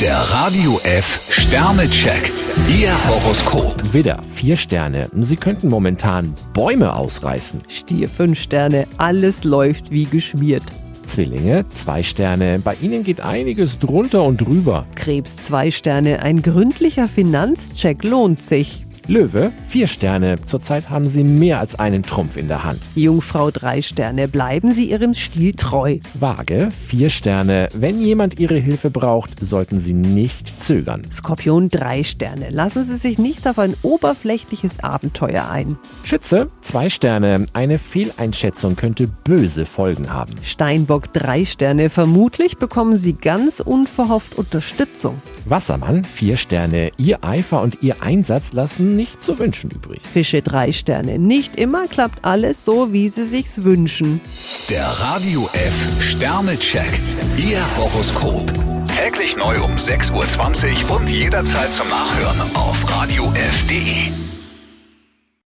Der Radio F Sternecheck. Ihr Horoskop. Widder, vier Sterne. Sie könnten momentan Bäume ausreißen. Stier 5 Sterne, alles läuft wie geschmiert. Zwillinge, zwei Sterne. Bei Ihnen geht einiges drunter und drüber. Krebs 2 Sterne, ein gründlicher Finanzcheck lohnt sich. Löwe, vier Sterne. Zurzeit haben Sie mehr als einen Trumpf in der Hand. Jungfrau 3 Sterne, bleiben Sie Ihrem Stil treu. Waage, vier Sterne. Wenn jemand Ihre Hilfe braucht, sollten Sie nicht zögern. Skorpion 3 Sterne, lassen Sie sich nicht auf ein oberflächliches Abenteuer ein. Schütze, zwei Sterne. Eine Fehleinschätzung könnte böse Folgen haben. Steinbock 3 Sterne, vermutlich bekommen Sie ganz unverhofft Unterstützung. Wassermann, vier Sterne. Ihr Eifer und Ihr Einsatz lassen nicht zu wünschen übrig. Fische 3 Sterne, nicht immer klappt alles so, wie Sie sich's wünschen. Der Radio F Sternecheck. Ihr Horoskop. Täglich neu um 6.20 Uhr und jederzeit zum Nachhören auf Radio radiof.de.